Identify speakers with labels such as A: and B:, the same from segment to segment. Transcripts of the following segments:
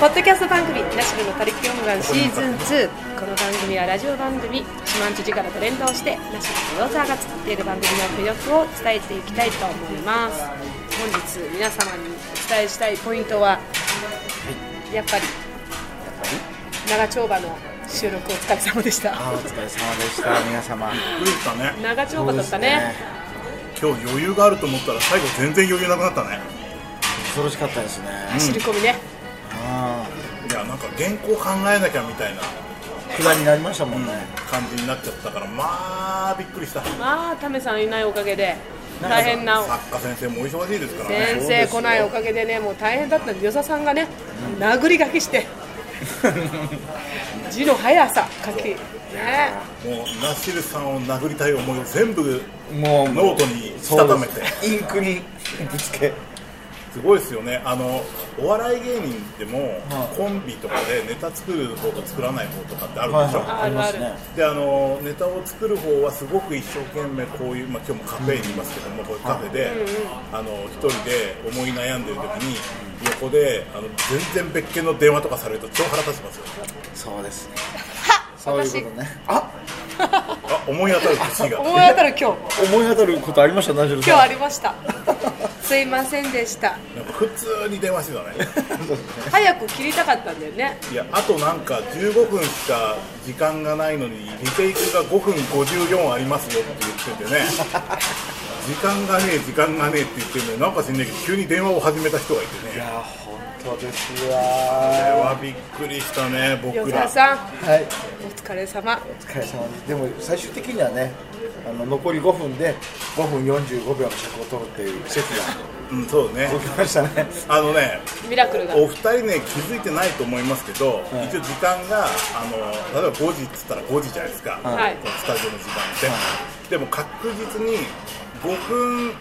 A: ポッドキャスト番組「ナシルの他力本願」シーズン2この番組はラジオ番組「四万十字からと連動してナシルのローザーが作っている番組の魅力を伝えていきたいと思います本日皆様にお伝えしたいポイントは、やっぱり長丁場の収録お疲れ様でした
B: あーお疲れ様でした皆様
C: どうですかね
A: 長丁場だったね
C: 今日余裕があると思ったら最後全然余裕なくなったね
B: 恐ろしかったですね
A: 走り込みね
B: あ
C: いやなんか原稿考えなきゃみたいな
B: あ暇になりましたもんね
C: 感じになっちゃったからまあびっくりした
A: まあタメさんいないおかげで大変な
C: 作家先生もお忙しいですからね
A: 先生来ないおかげでねもう大変だったんで与座さんがね殴り書きして 字の速さ書きね
C: もうナシルさんを殴りたい思いを全部
B: もう
C: ノートに
B: そう
C: したためて
B: ですインクにぶつけ
C: すごいですよねあのお笑い芸人でもコンビとかでネタ作る方と作らない方とかってあるでしょ、
A: い
B: ありますね
C: であのネタを作る方はすごく一生懸命こういう、まあ、今日もカフェにいますけども、こういうカフェで、あの一人で思い悩んでる時に横であの全然別件の電話とかされると超腹立ちますよ
B: そうですね
A: 私
B: そういうことねあ
C: あ思い当たる節が
A: 思い当たる今日
B: 思い当たることありましたナジルさん
A: 今日ありましたすいませんでした
C: なんか普通に電話してたね
A: 早く切りたかったんだよね
C: いやあとなんか15分しか時間がないのにリテイクが5分54ありますよって言っててね時間がねえ時間がねえって言ってるのになんか知んないけど急に電話を始めた人がいてね
B: いや本当ですわ
C: これ
B: は
C: はびっくりしたね僕
A: 与
C: ら
A: 座さん
B: い
A: お疲れ様
B: お疲れ様ですでも最終的にはねあの残り5分で5分45秒の尺を取るっていう奇跡
C: うんそうね
B: が起きましたね
C: あのね
A: ミラクルが
C: お二人ね気づいてないと思いますけど、
B: い
C: 一応時間があの例えば5時っつったら5時じゃないですか、
A: はい
C: このスタジオの時間って、でも確実に5分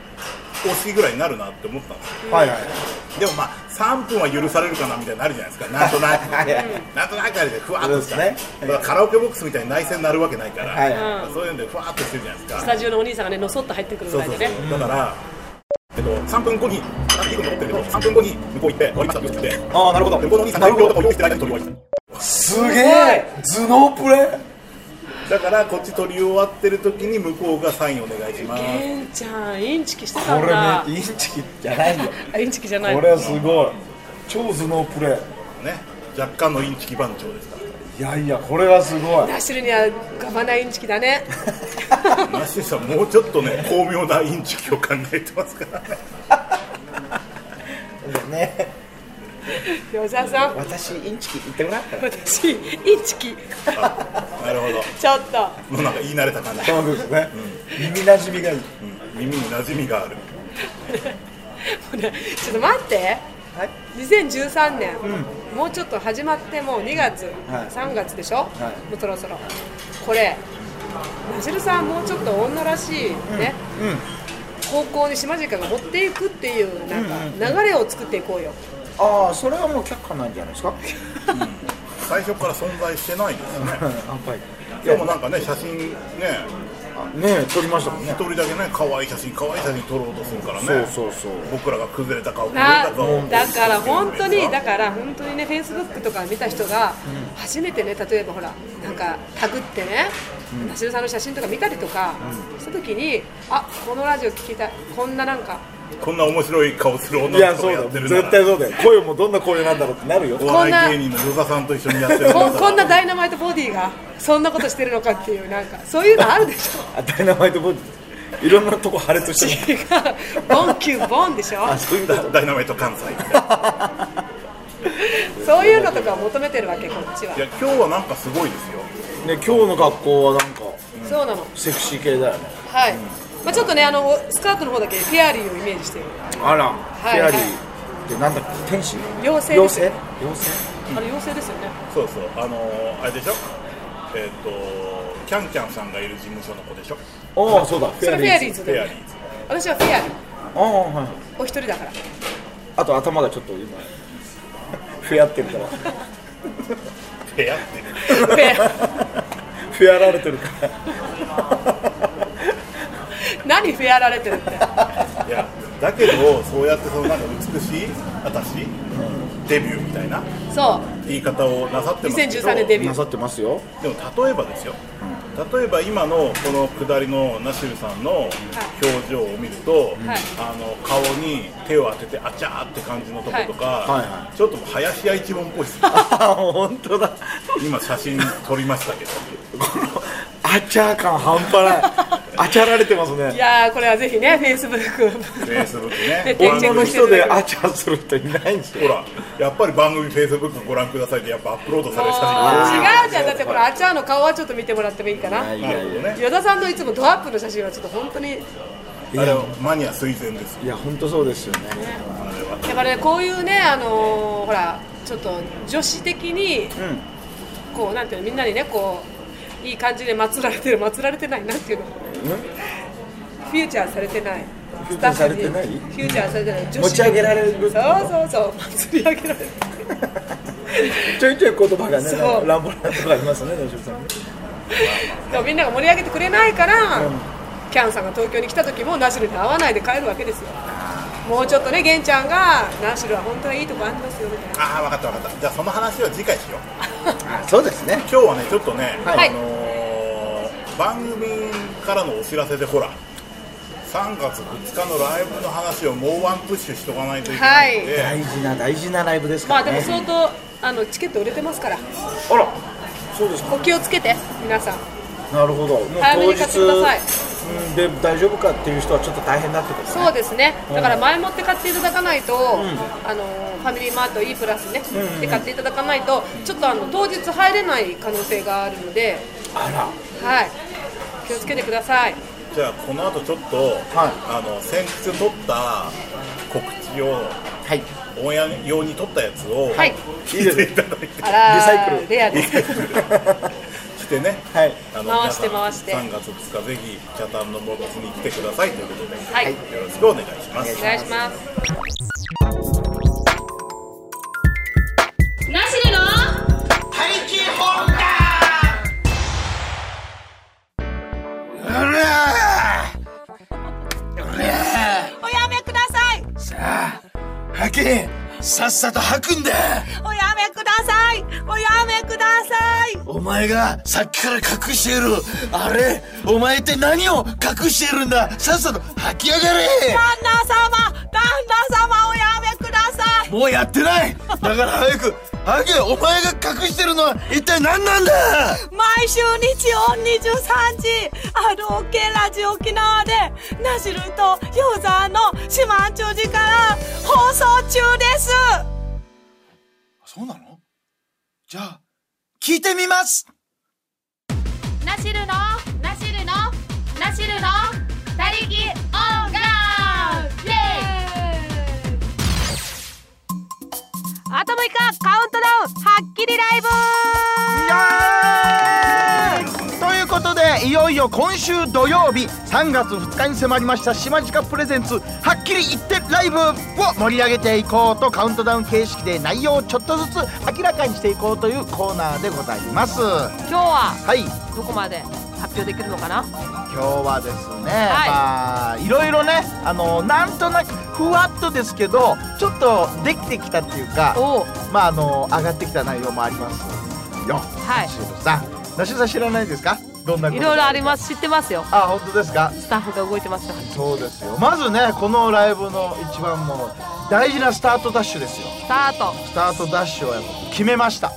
C: 押しぐらいになるなって思ったんですよ
B: はいはい
C: でもまあ3分は許されるかなみたいになるじゃないですかなんとなく
B: はいはい
C: なんとなくあれでふわっとした、
B: そうで
C: ね
B: すね、
C: だからカラオケボックスみたいに内戦になるわけないから、
B: はい
C: そういうんでふわっとしてるじゃないですか
A: スタジオのお兄さんがねのそっと入ってくるぐ
C: そう
A: らい
C: そう
A: で
C: そ
A: ね
C: う、だから、えっと、3分後に、あ、いいこと思ってるけど、3分後に向こう行って、終わりましたって言って、
B: あーなるほど
C: で向こうのお兄さん、
B: なる
C: 大
B: ほど
C: 量とか用意してない間に取り終わ
B: すげえ頭脳プレー
C: りだから、こっち取り終わってる時に、向こうがサインお願いします。
A: 玄ちゃんインチキしてたんだ
B: これねインチキじゃな いよ
A: あインチキじゃない
B: これはすごい超頭脳プレー
C: ね、若干のインチキ番長ですか
B: いやいやこれはすごい
A: ナシルにはガバナインチキだね
C: ら。マシさん、もうちょっと ね、巧妙なインチキを考えてますからね。
B: ね
A: 与座さん
B: 私インチキ言ってもらったら
A: 私インチキ
C: あなるほ
A: ちょっと
C: ど。もうなんか言い慣れた感じ。
B: そうですね、耳なじみがいい
C: うん耳に馴染みがある。
A: もうねちょっと待って
B: はい
A: 2013年、もうちょっと始まってもう2月、
B: はい
A: 3月でしょ、
B: い
A: もうそろそろこれナジルさんもうちょっと女らしいね、方向に島かが持っていくっていうなんか流れを作っていこうよ、
B: ああそれはもう却下なんじゃない ですか
C: 最初から存在してないですね。
B: はい
C: 今日もなんかね、写真ね、
B: ねえ撮りましたもん
C: 一
B: ね
C: 人だけね、可愛い写真、可愛い写真撮ろうとするからね。
B: そうそうそう
C: 僕らが崩れた顔崩れ
A: な
C: た顔
A: だから本当にだから本当にねフェイスブックとか見た人が初めてね例えばほらなんかタグってねナシルさんの写真とか見たりとかした時にあこのラジオ聞きたいこんななんか
C: こんな面白い顔する女
B: いや
C: の子
B: そ
C: が
B: う
C: や
B: だ
C: ってる
B: 絶
C: な
B: 対
C: ら
B: そうだよ声もどんな声なんだろうってなるよ
C: お
A: こんな
C: 笑い芸人の与田さんと一緒にやってるんだ
A: ここんなダイナマイトボディがそんなことしてるのかっていうなんかそういうのあるでしょ
B: あダイナマイトボディいろんなとこ破裂してる
A: 違うボンキューボンでしょ
B: あそういうこと
C: ダイナマイト関西みたいな
A: そういうのとかを求めてるわけこっちはい
C: や今日はなんかすごいですよ
B: ね今日の学校はなんか
A: そうなの
B: セクシー系だよね
A: はい、まあ、ちょっとねあのスカートの方だけフェアリーをイメージしてる
B: あら、
A: い
B: フェアリーってなんだっけ天使
A: 妖精です
B: 妖精
A: あれ妖精ですよね
C: そうそうあのー、あれでしょえっ、とキャンキャンさんがいる事務所の子でしょ
B: ああそうだフ
A: それフェアリー
B: ズ
A: ズ
C: フ
A: だ
C: ェ
A: よ
C: ア
A: ね
C: リーズ
A: 私はフェアリー
B: ああはい
A: お一人だから
B: あと頭がちょっと今フェアってるから
C: フェアってね
A: フェ
B: フェアられてるから
A: ア何フェアられてるって
C: いやだけどそうやってそのなんか美しい私デビューみたいな
A: そう
C: 言い方をなさってますけど
A: 2013年デビュー
D: なさってますよ
C: でも例えばですよ、例えば今のこの下りのナシルさんの表情を見ると、
A: はい
C: あの顔に手を当ててあちゃーって感じのとことか、
D: はいは
C: ちょっともう林家一門っぽいです
D: あ本当だ
C: 今写真撮りました けど
D: このあちゃー感半端ないあちゃられてます
A: い
D: ね
A: やーこれはぜひねフェイスブック
C: フェイスブック
A: で
C: ねご覧
A: チェッ
D: 女
A: ク
D: の
A: して
D: 人であちゃする人いないんです
C: ほ
D: よ
C: らやっぱり番組フェイスブックご覧くださいってやっぱアップロードされる写真
A: 違うじゃんだってこれあちゃーの顔はちょっと見てもらってもいいかな
D: やい
C: なる
D: や
C: ほ
D: い
C: どね
D: や
A: 与田さんのいつもドアップの写真はちょっと本当に
C: あれはマニア垂涎ですよ
D: いや本当そうですよね
C: あれは
A: だからねこういうねあのーほらちょっと女子的に
D: うん
A: こうなんていうのみんなにねこういい感じで祀られてる祀られてないなんていうのフューチャーされてない
D: フューチャーされてない
A: スタッフにフューチャーされてない女子
D: 持ち上げられる
A: そうそうそう 祭り上げられる
D: ちょいちょい言葉がね
A: そう
D: 乱暴なとこありますね吉野さんね
A: でもみんなが盛り上げてくれないから、キャンさんが東京に来た時もナシルに会わないで帰るわけですよもうちょっとね玄ちゃんがナシルは本当はいいとこありますよみたいな
C: ああ分かった分かったじゃあその話は次回しよう
D: あそうですね
C: 今日はねちょっとね、
A: はい
C: あのー番組からのお知らせでほら3月2日のライブの話をもうワンプッシュしとかないといけないので、
D: 大事な大事なライブです
A: ま
D: か
A: あ
D: ら
A: でも
D: ね
A: 相当あのチケット売れてますから
D: あらそうですか
A: お気をつけて皆さん
D: なるほどもう
A: 早めに買ってください
D: うんで大丈夫かっていう人はちょっと大変だってこと
A: そうですねだから前もって買っていただかないと、あのファミリーマート E プラスね、で買っていただかないとちょっとあの当日入れない可能性があるので
D: あら
A: はい気をつけてください
C: じゃあこの後ちょっと、あの先日撮った告知を
D: はいい
C: オンエア用に撮ったやつを、
A: はい
C: 聞いていただいて
A: あらー
D: リサイクル
A: レアです
C: してね、
D: はい
C: あ
A: 回して
C: 皆さん
A: 回して
C: 3月2日ぜひ北ャタンのボックスに来てくださいということで、
A: はい
C: よろしくお願いします
A: お願いします
E: ナシルの
F: おやめください
D: 吐けさっさと吐くんだ
F: おやめくださいおやめください
D: お前がさっきから隠しているあれお前って何を隠しているんださっさと吐き上がれ
F: 旦那様旦那様おやめください
D: もうやってないだから早く吐けお前が隠してるのは一体何なんだ
F: 毎週日曜23時あの OK ラジオ沖縄でナシルとヨーザーの島中寺から放送中です
D: そうなのじゃあ聞いてみます
E: ナシルのナシルのナシルの他力音楽イエーイ
F: あと6日カウントダウンはっきりライブ
B: ということでいよいよ今週土曜日3月2日に迫りました島近プレゼンツはっきり言ってライブを盛り上げていこうとカウントダウン形式で内容をちょっとずつ明らかにしていこうというコーナーでございますは
F: 今日はい
B: 今
F: どこまで発表できるのかな
B: 日はですね、
F: はい
B: まあいろいろねあのなんとなくふわっとですけどちょっとできてきたっていうか
F: おお
B: まああの上がってきた内容もありますよ
F: はい
B: ナシルさんナシルさん知らないですかどんなこと
F: いろいろあります知ってますよ
B: あ本当ですか
F: スタッフが動いてましたス
B: そうですよまずねこのライブの一番もう大事なスタートダッシュですよ
F: タート
B: スタートダッシュをやっぱ決めました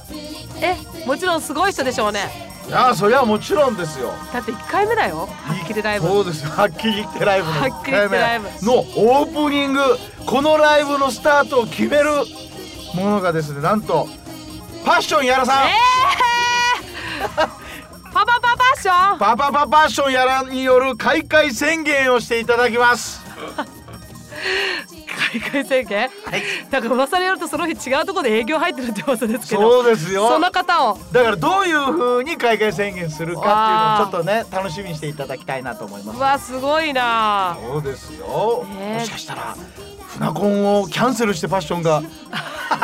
F: えもちろんすごい人でしょうね
B: いやーそれはもちろんですよ
F: だって1回目だよはっきりライブ
B: そうですよはっきり言ってライブの
F: はっきり言ってライブ
B: 一回目のオープニングこのライブのスタートを決めるものがですねなんとパッションやらさん
F: パパパパッション
B: パパパパッションやらによる開会宣言をしていただきます
F: 開会宣言はいなんか噂によるとその日違うところで営業入ってるって噂ですけど
B: そうですよ
F: その方を
B: だからどういう風に開会宣言するかっていうのをちょっとね楽しみにしていただきたいなと思います
F: うわすごいな
B: そうですよ、
F: ねえ
B: もしかしたら船コンをキャンセルしてパッションが
F: パ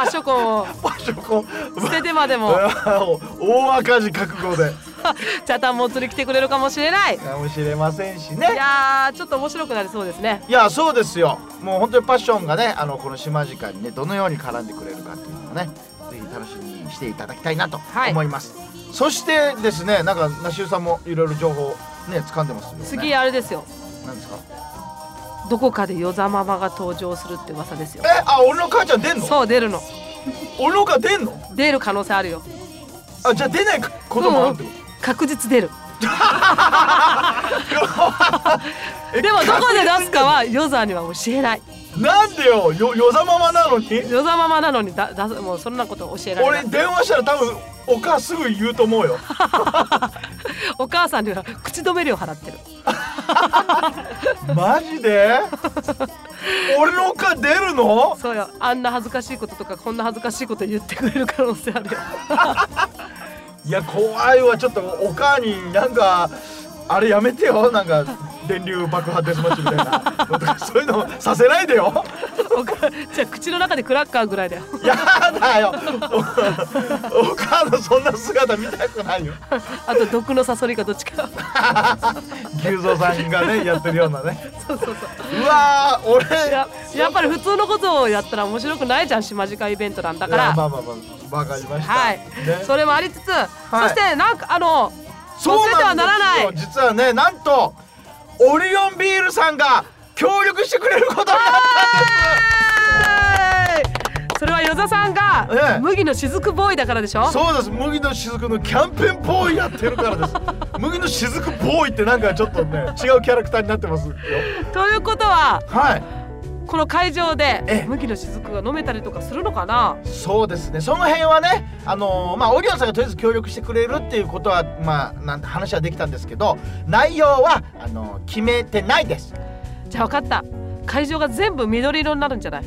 F: ッションコンを
B: パッションコン
F: 捨ててまでも
B: 大赤字覚悟で
F: チャタンも釣り来てくれるかもしれないい
B: かもしれませんしね
F: やーちょっと面白くなりそうですね
B: いやそうですよもう本当にパッションがねあのこの島時間にねどのように絡んでくれるかっていうのをねぜひ楽しみにしていただきたいなと
F: はい
B: 思います、そしてですねなんかなしゅうさんもいろいろ情報ね掴んでますよね
F: 次あれですよ
B: なんですか
F: どこかでヨザママが登場するって噂ですよ
B: えあ俺の母ちゃん出んの
F: そう出るの
B: 俺の母出んの
F: 出る可能性あるよ
B: あじゃあ出ないこともあるってこ
F: 確実 出る
B: と
F: でもどこで出すかはヨザには教えない
B: えなんでよよよざままなのに
F: ヨザママなのにだ出すもうそんなこと教えられな
B: 俺
F: い
B: 電話したら多分お母すぐ言うと思うよ
F: お母さんには口止め料払ってる
B: マジで俺のお母出るの
F: そうよあんな恥ずかしいこととかこんな恥ずかしいこと言ってくれる可能性あるよ
B: いや怖いわちょっとお母になんかあれやめてよなんか電流爆破デスマッチみたいなのとかそういうのさせないでよ
F: お母じゃあ口の中でクラッカーぐらいだよ
B: やだよ おお母のそんな姿見たくないよ
F: あと毒のサソリかどっちか
B: 牛蔵さんが ねやってるようなね
F: そうそうそう
B: うわー俺
F: ややっぱり普通のことをやったら面白くないじゃん島近イベントなんだか
B: いや
F: ら、
B: まあまあまあわかりました
F: はい、
B: ね
F: それもありつつ、そしてなんかあの
B: そ
F: 忘れてはならない
B: うんですよ実はねなんとオリオンビールさんが協力してくれることにな
F: それは与座さん
B: ええ
F: が麦の雫ボーイだからでしょ、
B: そうです麦の雫のキャンペーンボーイやってるからです麦の雫ボーイってなんかちょっとね違うキャラクターになってますよ
F: ということは
B: はい
F: この会場
B: え
F: で
B: え
F: 麦の雫が飲めたりとかするのかな
B: そうですねその辺はねあのーまあオリオンさんがとりあえず協力してくれるっていうことはまあなんて話はできたんですけど内容はあのー決めてないです
F: じゃあ分かった会場が全部緑色になるんじゃない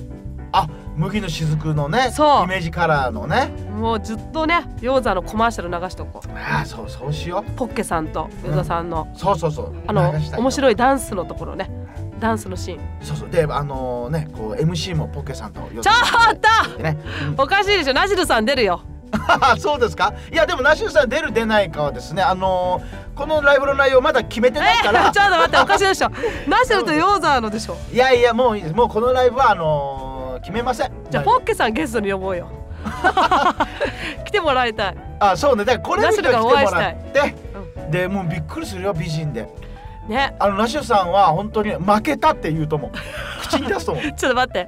B: あ麦の雫のね
F: そう
B: イメージカラーのね
F: もうずっとね鷹座のコマーシャル流しとこう
B: ああそうそうしよう
F: ポッケさんと与座さんの、
B: そうそうそう
F: あの
B: 流した
F: 面
B: い
F: 白いダンスのところねダンスのシーン
B: そうそうであのねこう MC もポケさんと
F: ちょっと
B: とね
F: おかしいでしょナジルさん出るよ
B: そうですかいやでもナシュさん出る出ないかはですねあのーこのライブの内容まだ決めて
F: え
B: ないから
F: ちょっと待っておかしいでしょナジルとヨーザーのでしょ
B: いやいやもういいですもうこのライブはあのー決めません
F: じゃあポッケさんゲストに呼ぼう よ来てもらいたい
B: あそうねだからこれ見て来ても
F: ナシュがお
B: ら
F: 会い
B: ってでもうびっくりするよ美人で
F: ね
B: あのナシュさんは本当に負けたって言うと思う口に出すと思う
F: ちょっと待って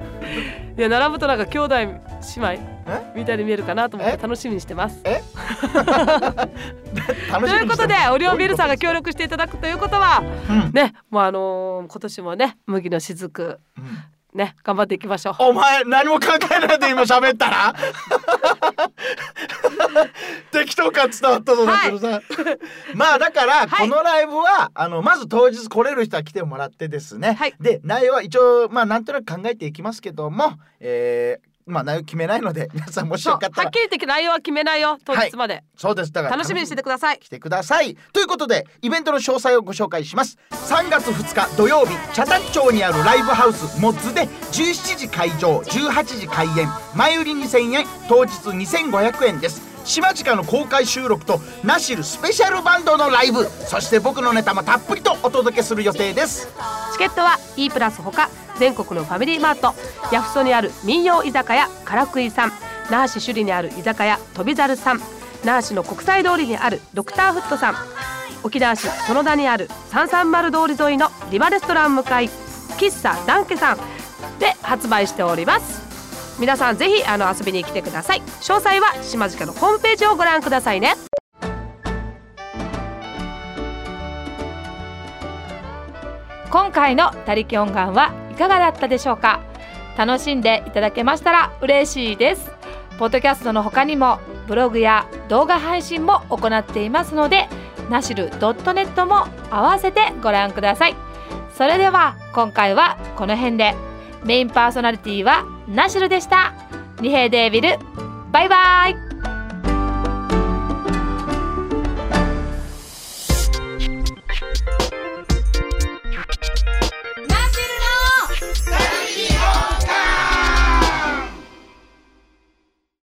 F: いや並ぶとなんか兄弟姉妹
B: え
F: みたいに見えるかなと思って
B: え
F: 楽しみにしてます
B: え
F: と
B: 楽しみにしてます
F: いうことでオリオンビールさんが協力していただくということは
B: うん
F: ねもうあのー今年もね麦の雫
B: うん
F: ね頑張っていきましょう
B: お前何も考えないで今喋ったら 適当感伝わったぞ、
F: はい
B: 夏野さん まあだか
F: は
B: らこ
F: い
B: のライブは、あのまず当日来れる人は来てもらってですね、
F: はい
B: で内容は一応まあなんとなく考えていきますけども、えーまあ内容決めないので皆さんもし
F: そう
B: よ
F: は
B: かったら
F: っきりと内容は決めないよ当
B: はい
F: 日まで、
B: そうですだから
F: 楽しみにしててください
B: 来てくださいということでイベントの詳細をご紹介します3月2日土曜日北谷町にあるライブハウスモッズで17時会場18時開演前売り2000円当日2500円です島近の公開収録とナシルスペシャルバンドのライブそして僕のネタもたっぷりとお届けする予定です
F: チケットは E プラスほか全国のファミリーマートヤフソにある民謡居酒屋からくいさん那覇市首里にある居酒屋飛び猿さん那覇市の国際通りにあるドクターフットさん沖縄市園田にある330通り沿いのリバレストラン向かい喫茶ダンケさんで発売しております皆さんぜひあの遊びに来てください詳細は島塚のホームページをご覧くださいね
E: 今回の「他力音願」はいかがだったでしょうか楽しんでいただけましたら嬉しいですポッドキャストの他にもブログや動画配信も行っていますのでナシル .net も合わせてご覧くださいそれでは今回はこの辺でメインパーソナリティはナシルでした二平デービルバイバイ